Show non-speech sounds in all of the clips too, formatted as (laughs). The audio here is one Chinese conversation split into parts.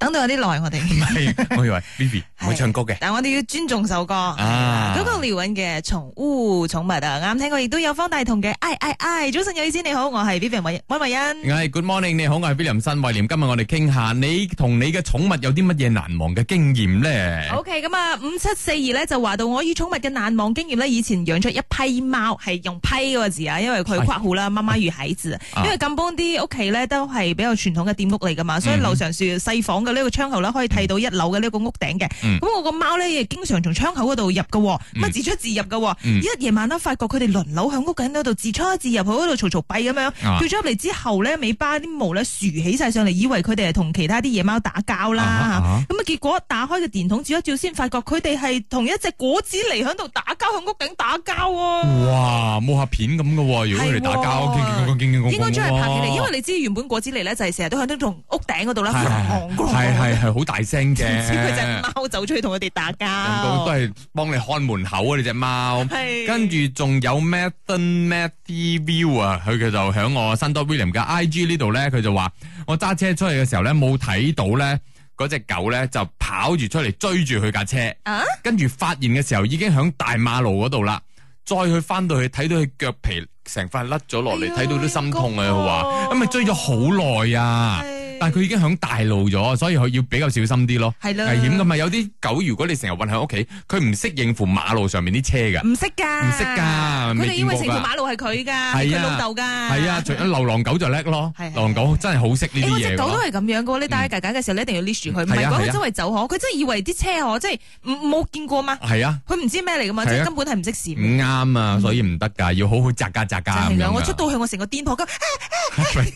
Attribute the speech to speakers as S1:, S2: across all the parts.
S1: 等到有啲耐，我哋。
S2: 係我以為 Vivi 唔會唱歌嘅。
S1: 但我哋要尊重首歌。
S2: 啊
S1: 嗰個廖韻嘅《寵物寵物》啊，啱聽過，亦都有方大同嘅《哎哎哎》。早晨有意思，你好，我係 Vivian 溫溫慧欣。
S2: 我係 Good morning，你好，我係 William 新慧廉。今日我哋傾下你同你嘅寵物有啲乜嘢難忘嘅經驗咧？
S1: O K，咁啊，五七四二咧就話到我與寵物嘅難忘經驗咧，以前養出一批貓，係用批嗰個字啊，因為佢括號啦，媽媽與孩子。
S2: 啊嗯
S1: 因為咁幫啲屋企咧都係比較傳統嘅店屋嚟噶嘛，所以樓上樹細房嘅呢個窗口咧可以睇到一樓嘅呢個屋頂嘅。
S2: 嗯
S1: 咁我個貓咧亦經常從窗口嗰度入嘅喎，咁啊
S2: 嗯
S1: 自出自入嘅喎。
S2: 嗯
S1: 一夜晚咧發覺佢哋輪流響屋頂嗰度自出自入，去嗰度嘈嘈閉咁樣。
S2: 啊
S1: 跳咗入嚟之後咧，尾巴啲毛咧豎起晒上嚟，以為佢哋係同其他啲野貓打交啦。
S2: 啊啊
S1: 咁啊，結果打開個電筒照一照，先發覺佢哋係同一隻果子狸喺度打交，喺屋頂打交喎。
S2: 哇，武俠片咁嘅喎，如果佢哋打交，
S1: 係喎
S2: 傾傾講傾傾講講，
S1: 應該將佢拍起嚟，因為你知原本果子狸咧就係成日都喺呢種屋頂嗰度啦，
S2: 係
S1: 狂
S2: 係係係係好大聲嘅，
S1: 唔知佢隻貓走出去同佢哋打交
S2: 人，都係幫你看門口啊！你只貓。
S1: 係
S2: 跟住仲有 Mathen Matt View 啊，佢佢就響我新多 William 嘅 IG 呢度咧，佢就話我揸車出去嘅時候咧，冇睇到咧嗰只狗咧就跑住出嚟追住佢架車，
S1: 啊
S2: 跟住發現嘅時候已經響大馬路嗰度啦，再去翻到去睇到佢腳皮成塊甩咗落嚟，
S1: 哎呀
S2: 睇到都心痛啊！佢
S1: 陰
S2: 話
S1: 公啊
S2: 咁咪追咗好耐啊！但佢已經響大路咗，所以佢要比較小心啲咯。
S1: 係啦
S2: 危險噶嘛，有啲狗如果你成日韞喺屋企，佢唔識應付馬路上面啲車㗎。
S1: 唔識㗎，
S2: 唔識㗎
S1: 佢
S2: 未
S1: 哋以
S2: 見過
S1: 為
S2: 㗎
S1: 成條馬路係佢㗎，係
S2: 係
S1: 佢
S2: 啊
S1: 老豆㗎。
S2: 係啊，除咗流浪狗就叻咯，
S1: 係係
S2: 流浪狗真係好識呢
S1: 你
S2: 啲
S1: 嗰
S2: 嘢
S1: 隻狗都
S2: 㗎。
S1: 係咁樣嘅喎，你帶佢格格嘅時候，你一定要 leash 住佢，唔
S2: 係
S1: 係
S2: 啊
S1: 講
S2: 係
S1: 佢
S2: 啊
S1: 周圍走可，佢真係以為啲車可，即係唔冇見過嘛，
S2: 係啊，
S1: 佢唔知咩嚟噶嘛，
S2: 係
S1: 即
S2: 啊
S1: 係根本係唔識事。
S2: 唔啱啊，所以唔得㗎，要好好扎架扎架咁
S1: 嗯真係
S2: 樣
S1: 㗎
S2: 㗎。
S1: 我出
S2: (laughs)
S1: 到去我成個癲婆咁， (laughs) 啊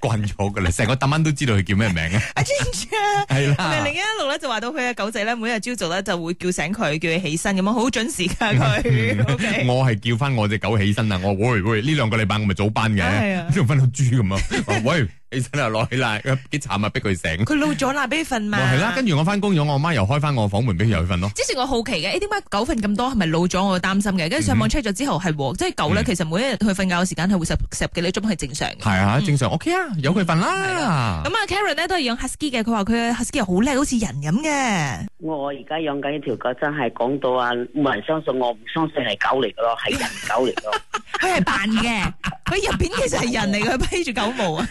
S2: 慣咗㗎啦，成個特蚊都知道佢叫咩名
S1: (laughs)
S2: (laughs) 啊。
S1: 阿 Ginger
S2: 係
S1: 咁啊
S2: 啦
S1: 另。一路咧就話到佢嘅狗仔咧，每日朝早咧就會叫醒佢，叫佢起身咁樣，啊好準時㗎
S2: (laughs)
S1: 佢。OK
S2: 我係叫翻我只狗起身啊！我喂喂，呢兩個禮拜我咪早班
S1: 係啊
S2: (laughs) 嘅，仲瞓到豬咁啊！我喂，起身啊，落去啦，幾慘啊，逼佢醒。
S1: 佢老咗啦，俾佢瞓嘛。
S2: 係啦，跟住我翻工咗，我媽又開翻我房門俾佢入去瞓咯。
S1: 之前我好奇嘅，誒點解狗瞓咁多係咪老咗？我擔心嘅，跟住上網 check 咗之後係喎，即係狗咧
S2: 嗯
S1: 其實每一日佢瞓覺嘅時間係會十十幾粒鐘係正常嘅。
S2: 係啊，正常 OK 啊，由佢瞓啦
S1: 咁。嗯啊，Karen 咧都係養 husky 嘅，佢話佢嘅 husky 好叻，好似人咁嘅。
S3: 我而家養緊呢條狗，真係講到啊，冇人相信我，唔相信係狗嚟
S2: (laughs)
S3: 噶咯，係人狗嚟咯。
S1: 佢係扮嘅，佢入邊其實係人嚟嘅，佢披住狗毛
S2: (laughs)
S1: 啊。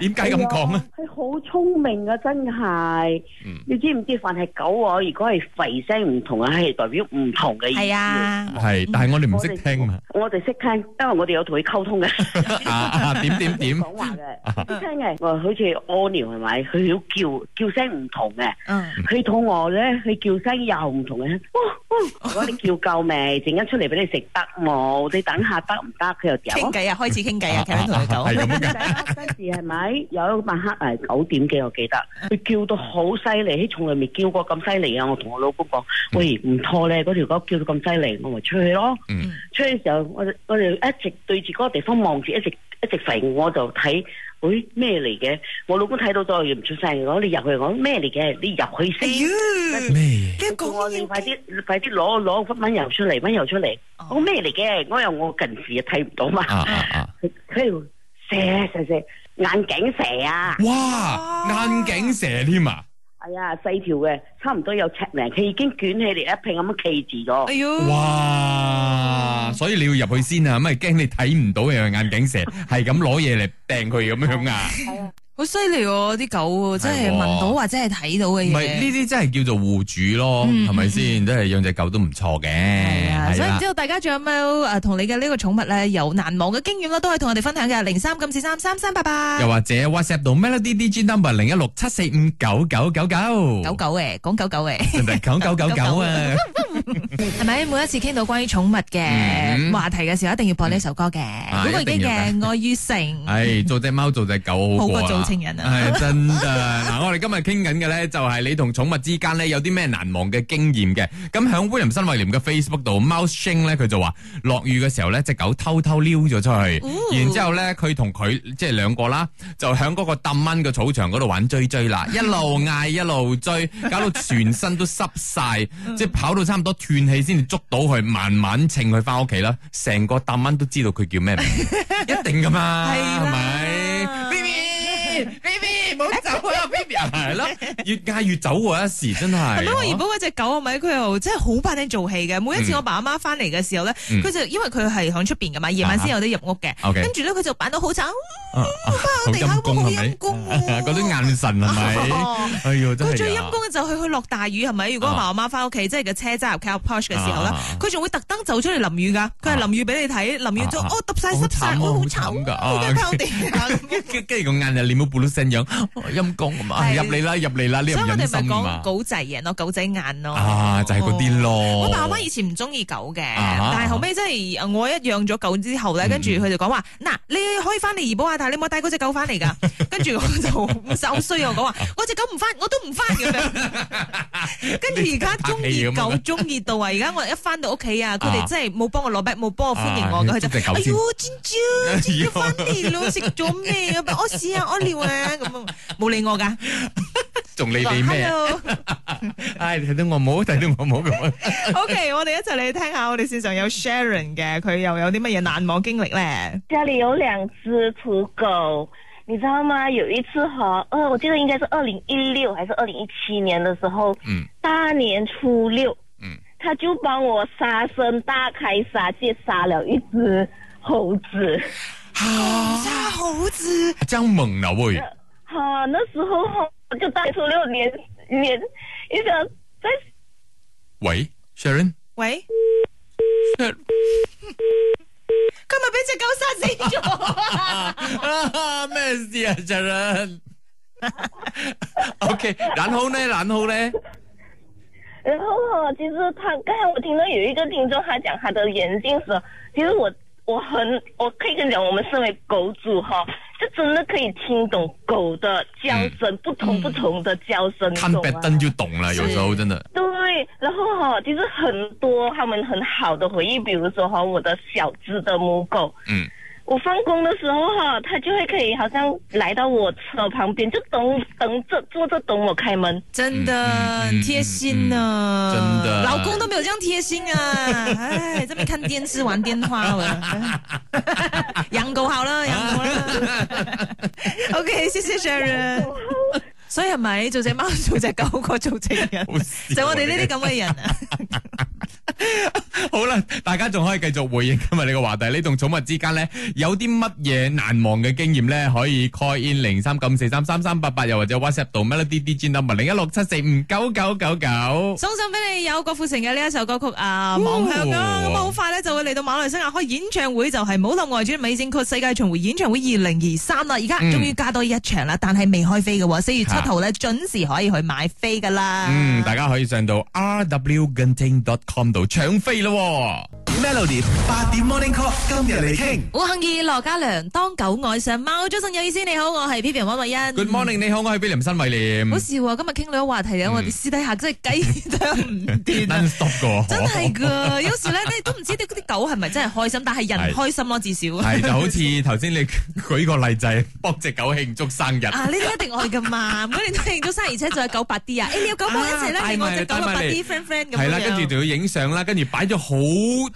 S2: 點解咁講啊咧？？
S3: 佢好聰明啊，真係
S2: 嗯。
S3: 你知唔知凡係狗啊？如果係吠聲唔同啊，係代表唔同嘅意思。
S2: 哎
S1: 係，啊，
S2: 係，但係我哋唔識聽嘛。
S3: 我哋識聽，因為我哋有同佢溝
S2: (laughs)
S3: 通嘅，
S2: 啊啊，點點點
S3: 講話
S2: (laughs) 啊
S3: 嘅，識聽嘅。我好似屙尿係咪？佢要叫叫聲唔同嘅。
S1: 嗯，
S3: 佢肚餓咧，佢叫聲又唔同嘅。哇哇！如果你叫夠未，陣間出嚟俾你食得冇？你等下得唔得？佢又掉
S1: 傾。偈啊，開始傾偈啊，Karen 同佢
S2: 係
S1: 講。
S2: 咁嘅。
S1: (laughs)
S3: 嗰陣時係咪有一晚黑誒九點幾，我記得佢叫到好犀利，從來未叫過咁犀利啊！我同我老公講：喂，唔錯咧，嗰條狗叫到咁犀利，我咪出去咯。
S2: 嗯
S3: 出去嘅時候，我哋我哋一直對住嗰個地方望住，一直一直吠，我就睇，喂咩嚟嘅？我老公睇到咗，佢唔出聲，我你入去，我咩嚟嘅？你入去
S1: 哎
S3: 先。
S1: 呀，
S2: 咩？
S1: 跟住
S3: 我
S1: 講
S3: 話你
S1: 嘢
S3: 快啲，快啲攞攞忽蚊油出嚟，蚊油出嚟。我咩嚟嘅？我又我近視睇唔到嘛。
S2: 啊啊啊！
S3: 佢佢喺度射射射眼鏡蛇啊！
S2: 哇，眼鏡蛇添啊！
S3: 係啊，細條嘅，差唔多有尺零，佢已經捲起嚟一拼咁樣企住咗。
S1: 哎呦，
S2: 哇！所以你要入去先啊，咪驚你睇唔到又係眼鏡蛇，係咁攞嘢嚟掟佢咁樣啊！
S1: 好犀利喎！啲狗真係
S2: 係喎
S1: 聞到或者係睇到嘅
S2: 唔係呢
S1: 嘢。
S2: 啲真係叫做護主咯，
S1: 嗯
S2: 係咪先？真係養只狗都唔錯嘅，
S1: 係啊，
S2: 係
S1: 所以唔
S2: 啦
S1: 知。道大家仲有冇誒同你嘅呢個寵物咧有難忘嘅經驗啦，都可以同我哋分享嘅零三九四三三三八八
S2: 又或者 WhatsApp 到 Melody D G number 零一六七四五九九九九 (laughs)
S1: 九九嘅，講九九嘅。
S2: 九九九九啊！
S1: 系咪每一次傾到關於寵物嘅
S2: 嗯
S1: 話題嘅時候，一定要播呢首歌嘅？
S2: 啊
S1: 古巨基
S2: 一定要
S1: 嘅
S2: 㗎
S1: 《愛與誠》
S2: 唉，
S1: (laughs)
S2: 做只貓做只狗
S1: 好
S2: 好過
S1: 過
S2: 啦
S1: 做情人啊
S2: 係真噶。嗱，我哋今日傾緊嘅咧，就係你同寵物之間咧有啲咩難忘嘅經驗嘅。咁響 William 新威廉嘅 Facebook 度，Mouse Shing 咧佢就話落雨嘅時候咧，只狗偷偷溜咗出去，
S1: 哦
S2: 然之後咧佢同佢即係兩個啦，就響嗰個揼蚊嘅草場嗰度玩追
S1: (laughs)
S2: 追啦，一路嗌一路追，搞到全身都濕晒，
S1: 嗯
S2: 即係跑到差唔多斷氣先至捉到佢，慢慢稱佢翻屋企啦。成個揼蚊都知道佢叫咩名，一定噶嘛，
S1: 係啦
S2: 係咪？Baby，baby，唔好走啊，baby。係咯，越嗌越走喎，一時真係。啊
S1: 係咪？我原本嗰只狗啊咪佢又真係好扮你做戲嘅。每一次
S2: 嗯
S1: 我爸阿媽翻嚟嘅時候咧，
S2: 嗯啊
S1: 佢就因為佢係響出邊噶嘛，夜晚先有得入屋嘅。
S2: OK
S1: 跟住咧，佢就扮到好慘，
S2: 啊啊好
S1: 地下
S2: 陰
S1: 嗰個
S2: 公
S1: 好
S2: 係
S1: 陰
S2: 咪？
S1: 公喎
S2: 嗰啲眼
S1: (laughs)
S2: 神係咪？
S1: 哦
S2: 哎呦，真
S1: 佢
S2: 係
S1: 最
S2: 啊
S1: 陰公嘅就係佢落大雨係咪？如果我
S2: 啊
S1: 爸媽翻屋企，即係個車揸入 car p o s h 嘅時候咧
S2: 啊，
S1: 佢仲會特登走出嚟淋雨㗎。佢係淋雨俾你睇，淋雨就
S2: 啊啊
S1: 哦揼晒
S2: 好
S1: 濕晒，
S2: 慘啊
S1: 我
S2: 好
S1: 好
S2: 慘
S1: 慘
S2: 㗎
S1: 㗎，
S2: 啊
S1: 好驚拋地下咁樣
S2: 跟跟住個眼就念到布魯聲樣，哦陰公咁啊，
S1: 係
S2: 入嚟啦，入嚟 (laughs) 啦，呢
S1: 所以
S2: 入
S1: 我
S2: 忍
S1: 哋咪
S2: 心㗎嘛
S1: 講。狗仔人咯，狗仔眼咯。
S2: 啊，就係嗰啲咯。
S1: 我爸爸以前唔中意狗嘅，
S2: 哦啊
S1: 但係後尾真係呃我一養咗狗之後咧，
S2: 嗯
S1: 跟住佢就講話：嗱，你可以翻嚟怡保啊，但係你冇帶嗰只狗翻嚟
S2: (laughs)
S1: 㗎。跟住我就好手衰，啊我講話我只狗唔翻，我都唔翻咁樣。
S2: (laughs)
S1: 跟住而家中意狗，中意到啊！而家我一翻到屋企啊，佢哋
S2: 啊
S1: 真係冇幫我攞 b 冇幫我歡迎我
S2: 啊
S1: 㗎，佢就
S2: 捉隻狗
S1: 哎
S2: 先
S1: 呦，珍珠，珍
S2: (laughs)
S1: 珠翻嚟咯，食咗咩啊？我試下我尿啊，咁啊冇理我㗎。
S2: 仲理你咩？
S1: Hello
S2: 唉，睇到我冇，睇到我冇咁。 (laughs)
S1: OK，我哋一齊嚟聽下，我哋線上有 Sharon 嘅，佢又有啲乜嘢難忘經歷咧？
S4: 家里有两只土狗，你知道吗？有一次哈，呃，我记得应该是二零一六还是二零一七年的时候，
S2: 嗯
S4: 大年初六，
S2: 嗯，
S4: 他就帮我杀生大开杀戒，杀了一只猴子。 (laughs)
S1: 沙猴子，
S2: 真猛啦喂！
S4: 哈、那时候哈，我就大年初六连连一想在
S2: 喂，Sharon，
S1: 喂，今日俾只狗殺死咗。
S2: 啊 (laughs) 咩事啊，Sharon？OK，然後呢？然後呢？
S4: 然后哈，其实他刚才我听到有一个听众他讲他的眼镜时候，其实我我很我可以跟你讲，我们身为狗主哈，就真的可以听懂狗的叫声，不同不同的叫声，
S2: 嗯看
S4: 你懂
S2: 白
S4: 吗？
S2: 燈就懂了，有時候真的。
S4: 对，然后哈，其实很多他们很好的回忆，比如说哈，我的小只的母狗，
S2: 嗯，
S4: 我放工的时候哈，它就会可以好像来到我车旁边，就等等着坐着等我开门。
S1: (laughs) 真的
S2: 嗯嗯嗯
S1: 贴心呢，
S2: 嗯真的
S1: 老公都没有这样贴心啊！唉，这边看电视玩电话了， (laughs) 养狗好
S2: (laughs)
S1: 了，养狗啦。OK，谢谢 Sharon。所以 (laughs) 係咪做只貓做只狗過做情人
S2: 好？笑啊
S1: 就我哋呢啲咁嘅人啊！
S2: 好啦，大家仲可以繼續 (laughs) 回應今日呢個話題，你同寵物之間呢，有啲乜嘢難忘嘅經驗呢？可以 call in 零三九四三三三八八，又或者 WhatsApp 到 Melody D G number 零一六七四五九九九九。
S1: 送上俾你有郭富城嘅呢一首歌曲
S2: 哦
S1: 啊，《望向》啊，咁啊好快咧就會嚟到馬來西亞開演唱會，就係《舞林外傳美聲曲世界巡迴演唱會二零二三》啦，而家
S2: 嗯
S1: 終於加多一場啦，但係未開飛嘅喎，四月七號咧準時可以去買飛噶啦。
S2: 嗯，大家可以上到 rwgenting.com 度搶飛咯喎。
S5: Melody 八點 Morning Call 今日嚟傾。
S1: 好幸意羅嘉良，當狗愛上貓，早晨有意思，你好，我係 P P 温慧欣。
S2: Good morning，你好，嗯我係 William 新偉廉 (laughs)
S1: 好笑啊！今日傾到一個話題咧，我哋私底下真係雞啄唔
S2: (laughs)
S1: 斷啊！
S2: ，non stop 噶，
S1: 真係噶，有時咧你都唔知啲啲狗係咪真係開心，但係人
S2: 係
S1: 開心咯，至少
S2: 係就好似頭先你舉個例就係幫只狗慶祝生
S1: (laughs)
S2: 日。
S1: 啊！呢啲一定愛噶
S2: (laughs)
S1: 嘛，每年都慶祝生日，而且仲有九八 D 啊！誒，你有九八一齊咧，
S2: 帶
S1: 你
S2: 埋
S1: 我隻九
S2: 帶埋
S1: 八 D
S2: 嚟
S1: friend friend 咁樣。
S2: 係啦，跟住仲要影相啦，跟住擺咗好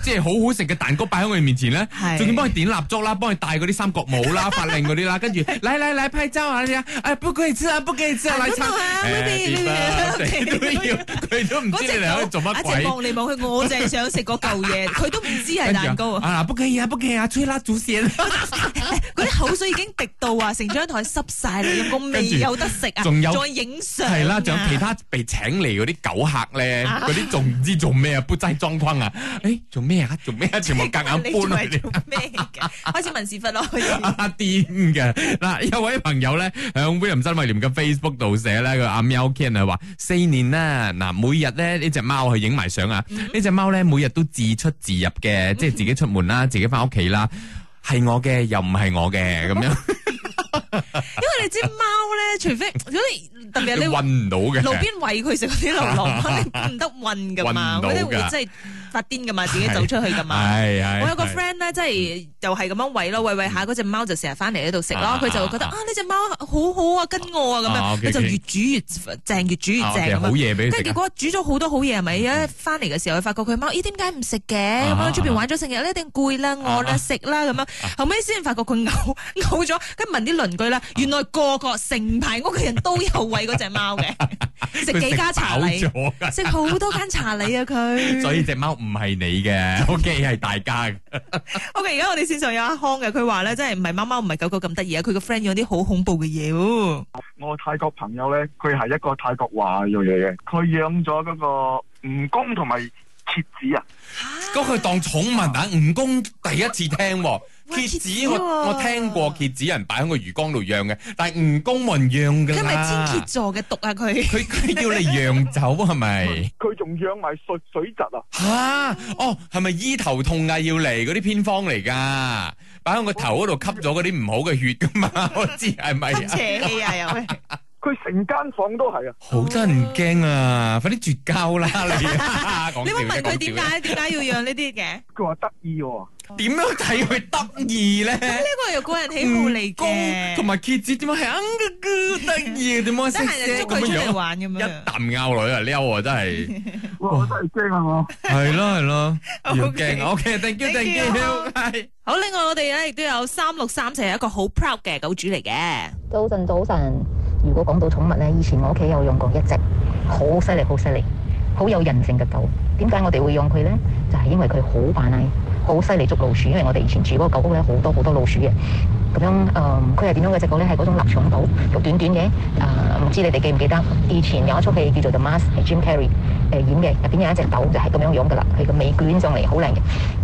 S2: 即係好好食嘅蛋糕擺喺佢面前咧
S1: 係，
S2: 仲要幫佢點蠟燭啦，幫佢戴嗰啲三角帽啦、法令嗰啲啦，跟住嚟嚟嚟拍照啊！你啊，哎不可
S1: (laughs)
S2: 以吃啊，不可以吃啊，
S1: 啊
S2: 嚟
S1: 咁啊
S2: 餐
S1: baby，
S2: 誒
S1: baby，
S2: 都要 (laughs) 佢都唔
S1: 嗰
S2: 知
S1: 隻
S2: 你哋喺度做乜
S1: 狗一
S2: 鬼
S1: 直。望嚟望去，我就係想食嗰嚿嘢，佢都唔知係蛋糕啊！
S2: 啊！不可以啊，不可以啊，吹啦，祖先。
S1: (laughs) 嗰啲口水已經滴到啊，成張台濕晒啦，有個味
S2: (laughs) 跟住
S1: 有得食啊！
S2: 仲有
S1: 再影相啊
S2: 系啦，仲有其他被請嚟嗰啲狗客咧，嗰啲仲唔知做咩啊，搬晒裝框啊，誒做咩啊，做
S1: (laughs)
S2: 咩啊，全部夾硬搬
S1: 你
S2: 去
S1: 仲係。做咩嘅？ (laughs) 開始問事忽咯，開始
S2: 啊癲嘅嗱，有位朋友咧響 William 新威廉嘅 Facebook 度寫咧，佢阿喵 Ken 係話四年啦，嗱每日咧呢只貓去影埋相啊，呢只貓咧每日都自出自入嘅，即係自己出門啦，自己翻屋企啦，係我嘅又唔係
S1: (laughs)
S2: 我嘅咁樣，
S1: 因為你知貓咧，除非如果你特別係
S2: 你
S1: 你
S2: 運唔到嘅。
S1: 路邊餵佢食嗰啲流
S2: (laughs)
S1: 浪貓，你唔得運噶嘛，
S2: 運唔到
S1: 嗰
S2: 㗎
S1: 啲會真係發癲噶嘛，自己走出去噶嘛。
S2: 係係，
S1: 我有個
S2: 係嗯
S1: friend 咧，即係又係咁樣喂咯，喂喂下嗰只貓就成日翻嚟呢度食咯
S2: 啊，
S1: 佢就會覺得啊
S2: 啊
S1: 呢只貓好好啊，跟我啊
S2: 啊
S1: 咁樣，
S2: ，OK，
S1: 佢就
S2: OK
S1: 越煮越正，越煮越
S2: 啊
S1: 正
S2: ，OK，
S1: 咁
S2: 好
S1: 樣。
S2: 嘢俾佢
S1: 跟住結
S2: 食啊。嗯
S1: 果煮咗好多好嘢，係咪？一翻嚟嘅時候，佢發覺佢貓，咦點解唔食嘅？咁
S2: 啊
S1: 樣出邊玩 (laughs) 咗成日咧，一定攰啦，餓啦，食啦咁樣。後尾先發覺佢嘔嘔咗，跟住問啲鄰居啦，原來個個成排屋嘅人都有喂嗰只貓嘅，食幾家茶禮
S2: 佢食，飽咗㗎
S1: 食好多間茶禮啊佢。
S2: (laughs) 所以只貓唔係你嘅，OK (laughs) 係大家嘅。
S1: OK，而家我哋線上有阿康嘅，佢話咧，真係唔係貓貓唔係狗狗咁得意啊，佢個 friend 養啲好恐怖嘅嘢喎。
S6: 我泰國朋友咧，佢係一個泰國華裔嚟嘅，佢養咗嗰個蜈蚣同埋蝎子啊，
S2: 嗰佢當寵物啊！蜈蚣第一次聽喎，
S1: 喂
S2: 蝎
S1: 蠍
S2: 子
S1: 子
S2: 我
S1: 喎
S2: 我聽過蝎子人擺喺個魚缸度養嘅，但係蜈蚣冇人養㗎
S1: 佢係咪天
S2: 啦。
S1: 蝎座嘅毒啊
S2: (laughs)
S1: 佢？
S2: 佢佢叫你養走
S1: (laughs)
S2: 係咪？
S6: 佢仲養埋水水蛭啊，
S2: 吓、哦，係咪醫頭痛啊？要嚟嗰啲偏方嚟㗎，擺喺個頭嗰度吸咗嗰啲唔好嘅血㗎嘛？ (laughs) 我知係
S1: (laughs)
S2: 咪
S1: 吸
S2: 啊？
S1: 邪氣啊又。
S6: 佢成間房都係啊。
S2: 好得人驚啊！快啲絕交啦你！啊講
S1: (laughs) 你
S2: 笑
S1: 會
S2: 啫
S1: 問佢點？
S2: 講笑啫
S1: 解點解要養呢
S2: (laughs)
S1: 啲嘅？呢
S6: 佢話得意喎，
S2: 點樣睇佢得意咧？
S1: 個又個人喜好嚟嘅，
S2: 同埋蝎子點解係嗯咕咕得意？點解
S1: 得閒
S2: 識
S1: 就捉佢出嚟玩咁
S2: 一
S1: 樣。
S2: 啖咬女啊，撩啊，真係
S6: 哇！我真係驚啊我。
S2: 係咯係 (laughs) 咯，要
S1: Okay
S2: 驚啊！OK，thank you，thank
S1: Thank you
S2: you，係
S1: 好，另外我哋咧亦都有三六三四係一個好 proud 嘅狗主嚟嘅。
S7: 早晨，早晨。如果講到寵物呢，以前我屋企有養過一隻，好犀利，好犀利，好有人性嘅狗。點解我哋會養佢呢？就係、因為佢好扮嗌，好犀利捉老鼠。因為我哋以前住嗰個狗屋呢，好多好多老鼠嘅。咁樣誒，呃佢係點樣嘅只狗呢？係嗰種臘腸狗，肉短短嘅。啊，唔知你哋記唔記得？以前有一出戲叫做《The Mask》，係 Jim Carrey 誒演嘅，入邊有一隻狗就係咁樣樣㗎啦，佢個尾捲上嚟好靚嘅。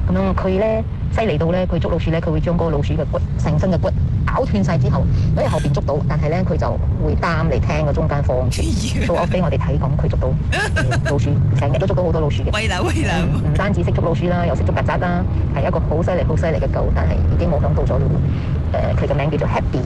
S7: 咁樣佢咧犀利到咧，佢捉老鼠咧，佢會將嗰個老鼠嘅骨成身嘅骨咬斷晒之後，因為後邊捉到，但係咧佢就會擔嚟聽個中間放住，做我俾我哋睇咁，佢捉到、呃老鼠，成日都捉到好多老鼠嘅。
S1: 喂啦喂啦，
S7: 唔單止識捉老鼠啦，又識捉曱甴啦，係一個好犀利、好犀利嘅狗，但係已經冇響度咗咯。誒、佢嘅名叫做 Happy。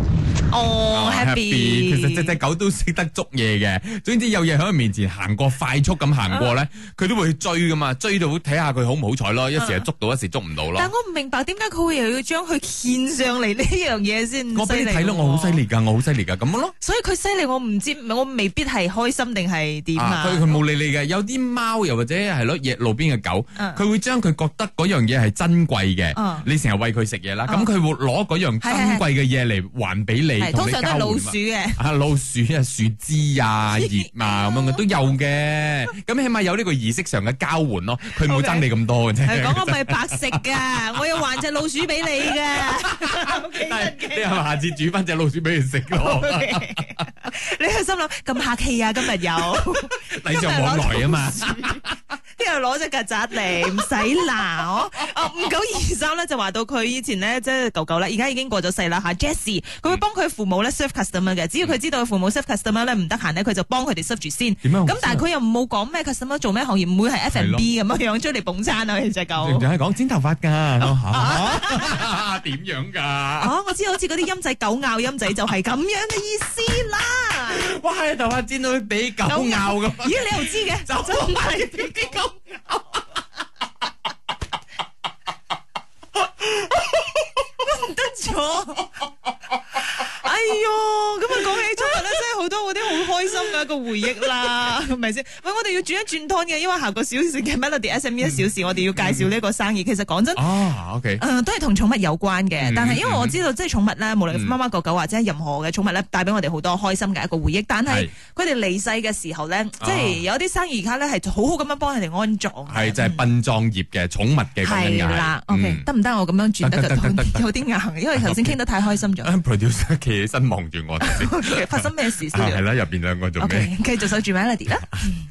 S1: 哦
S2: 啊
S1: happy，
S2: 其實隻隻狗都識得捉嘢嘅，總之有嘢喺佢面前行過，快速咁行過咧，佢都會去追噶嘛，追到睇下佢好唔好彩咯，一時係捉到，一時捉唔到
S1: 但
S2: 咯。
S1: 我唔明白點解佢會又要將佢獻上嚟呢樣嘢先。
S2: 我俾你睇咯，我好犀。利㗎，我好犀利㗎，咁咯。
S1: 所以佢犀利，我唔知，我未必係開心定係點
S2: 啊！佢
S1: 啊
S2: 佢？冇理你嘅，有啲貓又或者係咯，野路邊嘅狗，
S1: 嗯
S2: 佢會將佢覺得嗰樣嘢係珍貴嘅
S1: 嗯，
S2: 你成日喂佢食嘢啦，
S1: 嗯
S2: 咁佢會攞嗰樣珍貴嘅嘢嚟還俾你，
S1: 係
S2: 同
S1: 通
S2: 你
S1: 常都係
S2: 交
S1: 老
S2: 換
S1: 鼠
S2: 嘛 (laughs)
S1: 嘅。
S2: 啊，老鼠
S1: (laughs)
S2: 啊，樹枝啊，葉啊，咁樣嘅都有嘅，咁起碼有呢個儀式上嘅交換咯，佢冇
S1: OK
S2: 爭你咁多嘅
S1: 係
S2: 啫。
S1: 講我咪白食
S2: (laughs)
S1: 噶，我要還隻老鼠俾你 (laughs) 噶，好
S2: 但係
S1: 記
S2: 你
S1: 得
S2: 係咪下次煮翻只老鼠俾佢食
S1: (laughs)
S2: 咯？
S1: 嘅。你係心諗咁客氣啊？今
S2: (laughs)
S1: 日有，
S2: 禮尚往來
S1: (laughs)
S2: 啊嘛。
S1: 聽日攞隻曱甴嚟，唔使鬧。哦，五九二三咧就話到佢以前咧即係狗狗啦，而家已經過咗世啦吓。Jessie 佢會
S2: 嗯
S1: 幫佢父母咧 serve customer 嘅，只要佢知道佢父母 serve customer 咧唔得閒咧，佢就幫佢哋 serve 住先。
S2: 點樣啊
S1: 咁但係佢又冇講咩 customer 做咩行業，唔會係 F&B 咁樣樣出嚟捧餐啊，佢只狗。
S2: 仲係講剪頭髮
S1: (laughs)
S2: 㗎， (laughs) 嚇點樣㗎？ (laughs) 啊
S1: 哦，我知道好似嗰啲陰仔狗咬陰仔就係咁樣嘅意思
S2: (laughs)
S1: 啦。
S2: 哇！你頭髮剪到俾狗
S1: 狗
S2: 咬咁，
S1: 咦，你又知嘅？
S2: (laughs) 就
S1: 唔係俾狗。唔得咗。哎喲，咁啊講起寵物咧，真係好多嗰啲好開心嘅一個回憶啦， (laughs) 係咪先？喂，我哋要轉一轉 turn 嘅，因為下個小時嘅 Melody SME 一
S2: 嗯
S1: 小時，我哋要介紹呢個生意。其實講真。
S2: 啊，OK，
S1: 誒、都係同寵物有關嘅，
S2: 嗯
S1: 但係因為我知道即係寵物咧，無論
S2: 嗯
S1: 貓貓狗狗或者係任何嘅寵物咧，帶俾我哋好多開心嘅一個回憶。但係
S2: 係
S1: 佢哋離世嘅時候咧，
S2: 哦
S1: 即係有啲生意而家咧係好好咁樣幫佢哋安葬嘅。
S2: 係就係殯葬業嘅寵物嘅講緊
S1: 係
S2: 嘅
S1: 啦
S2: 係
S1: ，OK，
S2: 嗯
S1: 得唔得？我咁樣轉得
S2: 得
S1: 嘅
S2: 得得得啊得
S1: 有啲硬，因為頭先傾得太開心咗。
S2: 啊 (laughs) producer 企起身望住我頭先，
S1: (laughs)
S2: 啊
S1: OK，發生咩事
S2: 係
S1: 先
S2: 啦，入邊兩個做咩？
S1: ？OK，繼續守住 Melody 啦。嗯